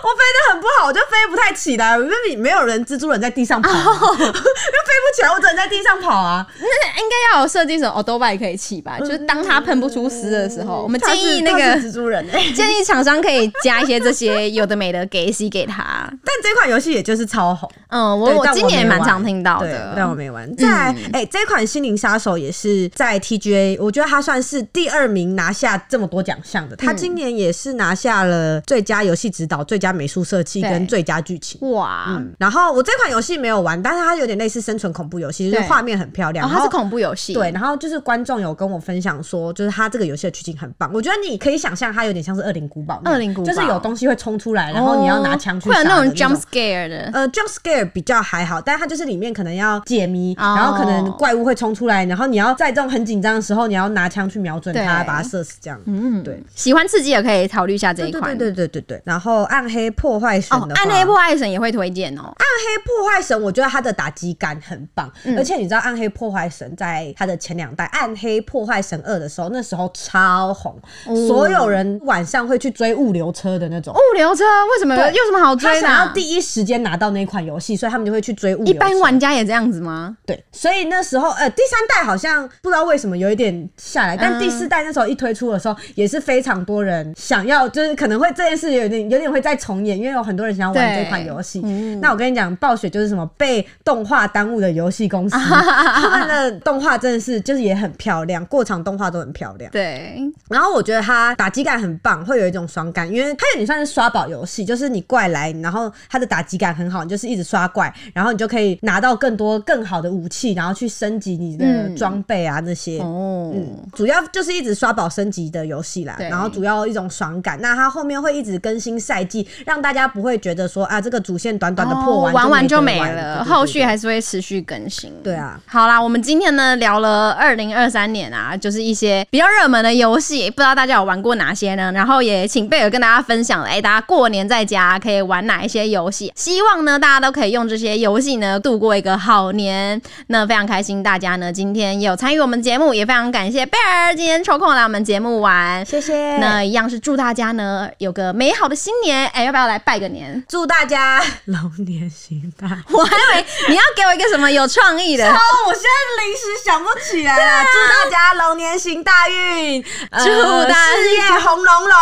Speaker 2: 我飞得很不好，我就飞不太起来。因为没有人蜘蛛人在地上跑，
Speaker 1: 哦
Speaker 2: 又飞不起来，我只能在地上跑啊。
Speaker 1: 那应该要有设计什么 o 巴也可以起吧？就是当它喷不出丝的时候，我们建议那
Speaker 2: 他是他
Speaker 1: 个
Speaker 2: 是蜘蛛人、欸，
Speaker 1: 建议厂商可以加一些这些有的没的给息给他。
Speaker 2: 但这款游戏也就是超红。
Speaker 1: 嗯，我
Speaker 2: 对
Speaker 1: 我
Speaker 2: 但
Speaker 1: 今年也
Speaker 2: 没
Speaker 1: 蛮
Speaker 2: 玩
Speaker 1: 常听到
Speaker 2: 对但我
Speaker 1: 的。嗯
Speaker 2: 没玩。再来，哎、这款《心灵杀手》也是在 TGA，我觉得它算是第二名拿下这么多奖项的。它
Speaker 1: 嗯
Speaker 2: 今年也是拿下了最佳游戏指导、最佳美术设计
Speaker 1: 对
Speaker 2: 跟最佳剧情。
Speaker 1: 哇，哦
Speaker 2: 嗯，然后我这款游戏没有玩，但是它有点类似生存恐怖游戏，就是
Speaker 1: 对
Speaker 2: 画面很漂亮，
Speaker 1: 哦，
Speaker 2: 然
Speaker 1: 它
Speaker 2: 后
Speaker 1: 是恐怖游戏，
Speaker 2: 对，，然后就是观众有跟我分享说，就是他这个游戏的剧情很棒。我觉得你可以想象，它有点像是《恶灵古堡》那
Speaker 1: 恶
Speaker 2: 样，
Speaker 1: 灵古堡
Speaker 2: 就是有东西会冲出来，然后你要拿枪
Speaker 1: 哦
Speaker 2: 去
Speaker 1: 会
Speaker 2: 杀
Speaker 1: 有
Speaker 2: 的
Speaker 1: 那
Speaker 2: 那
Speaker 1: 种
Speaker 2: 种
Speaker 1: jump scare 的。
Speaker 2: 呃，jump scare 比较还好，但它就是里面可能要解谜，
Speaker 1: 哦
Speaker 2: 然后可能怪物会冲出来，然后你要在这种很紧张的时候，你要拿枪去瞄准它，
Speaker 1: 对
Speaker 2: 把它射死，这样。嗯，对，
Speaker 1: 喜欢刺激也可以考虑一下这
Speaker 2: 对
Speaker 1: 一
Speaker 2: 对
Speaker 1: 款。
Speaker 2: 对对对对对。然后暗黑破坏神
Speaker 1: 哦
Speaker 2: 的，话，
Speaker 1: 暗黑破坏神也会推荐哦。
Speaker 2: 暗黑破坏神，我觉得它的打击感很棒，而且你知道暗黑破坏神在它的前两代《暗黑破坏神二》的时候，那时候超红，所有人晚上会去追物流车的那种。
Speaker 1: 物哦流车为什么
Speaker 2: 对
Speaker 1: 有什么好
Speaker 2: 他
Speaker 1: 追的
Speaker 2: 想要
Speaker 1: 啊？
Speaker 2: 第一时间拿到那款游戏，所以他们就会去追物流
Speaker 1: 一
Speaker 2: 车。
Speaker 1: 般玩家也这样子吗？
Speaker 2: 对，所以那时候呃，第三代好像不知道为什么有一点下来，但第四代那时候一推出的时候，也是非常多人想要，就是可能会这件事有点有点会再重演，因为有很多人想要玩
Speaker 1: 对
Speaker 2: 这款游戏。那我跟你讲，暴雪就是什么被动画耽误的游戏公司，他们的动画真的是就是也很漂亮，过场动画都很漂亮。
Speaker 1: 对，
Speaker 2: 然后我觉得它打击感很棒，会有一种爽感，因为它有点算是刷宝游戏，就是你怪来，然后它的打击感很好，你就是一直刷怪，然后你就可以拿到更多更好的武器，然后去升级你的装备啊、那些。
Speaker 1: 嗯哦，
Speaker 2: 嗯，主要就是一直刷宝升级的游戏啦，
Speaker 1: 对
Speaker 2: 然后主要一种爽感。那它后面会一直更新赛季，让大家不会觉得说啊，这个主线短短的破完、
Speaker 1: 哦玩完就没
Speaker 2: 没得玩
Speaker 1: 了，
Speaker 2: 对对对
Speaker 1: 后续还是会持续更新。
Speaker 2: 对啊，
Speaker 1: 好啦，我们今天呢聊了二零二三年啊，就是一些比较热门的游戏，不知道大家有玩过哪些呢？然后也请贝尔跟大家分享了，哎、大家过年在家可以玩哪一些游戏？希望呢大家都可以用这些游戏呢度过一个好年。那非常开心，大家呢今天也有参与我们节目，也非常感谢贝尔今天抽空来我们节目玩。
Speaker 2: 谢谢。
Speaker 1: 那一样是祝大家呢有个美好的新年，哎、要不要来拜个年？
Speaker 2: 祝大家龙年行大运。
Speaker 1: 我还以为你要给我一个什么有创意的，
Speaker 2: 哦，我现在临时想不起来了。祝大家龙年行大运，呃
Speaker 1: 啊祝大家哦
Speaker 2: 事业红龙 龙，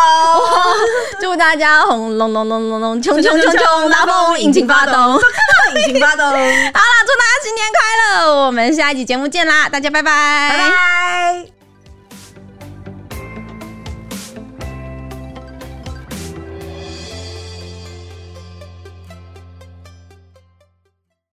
Speaker 1: 祝大家红隆隆隆隆隆， 冲冲冲冲，拉风引擎发动。好啦，
Speaker 2: 引擎发动，
Speaker 1: 祝大家新年快乐！我们下一集节目见啦，大家拜拜
Speaker 2: 拜拜。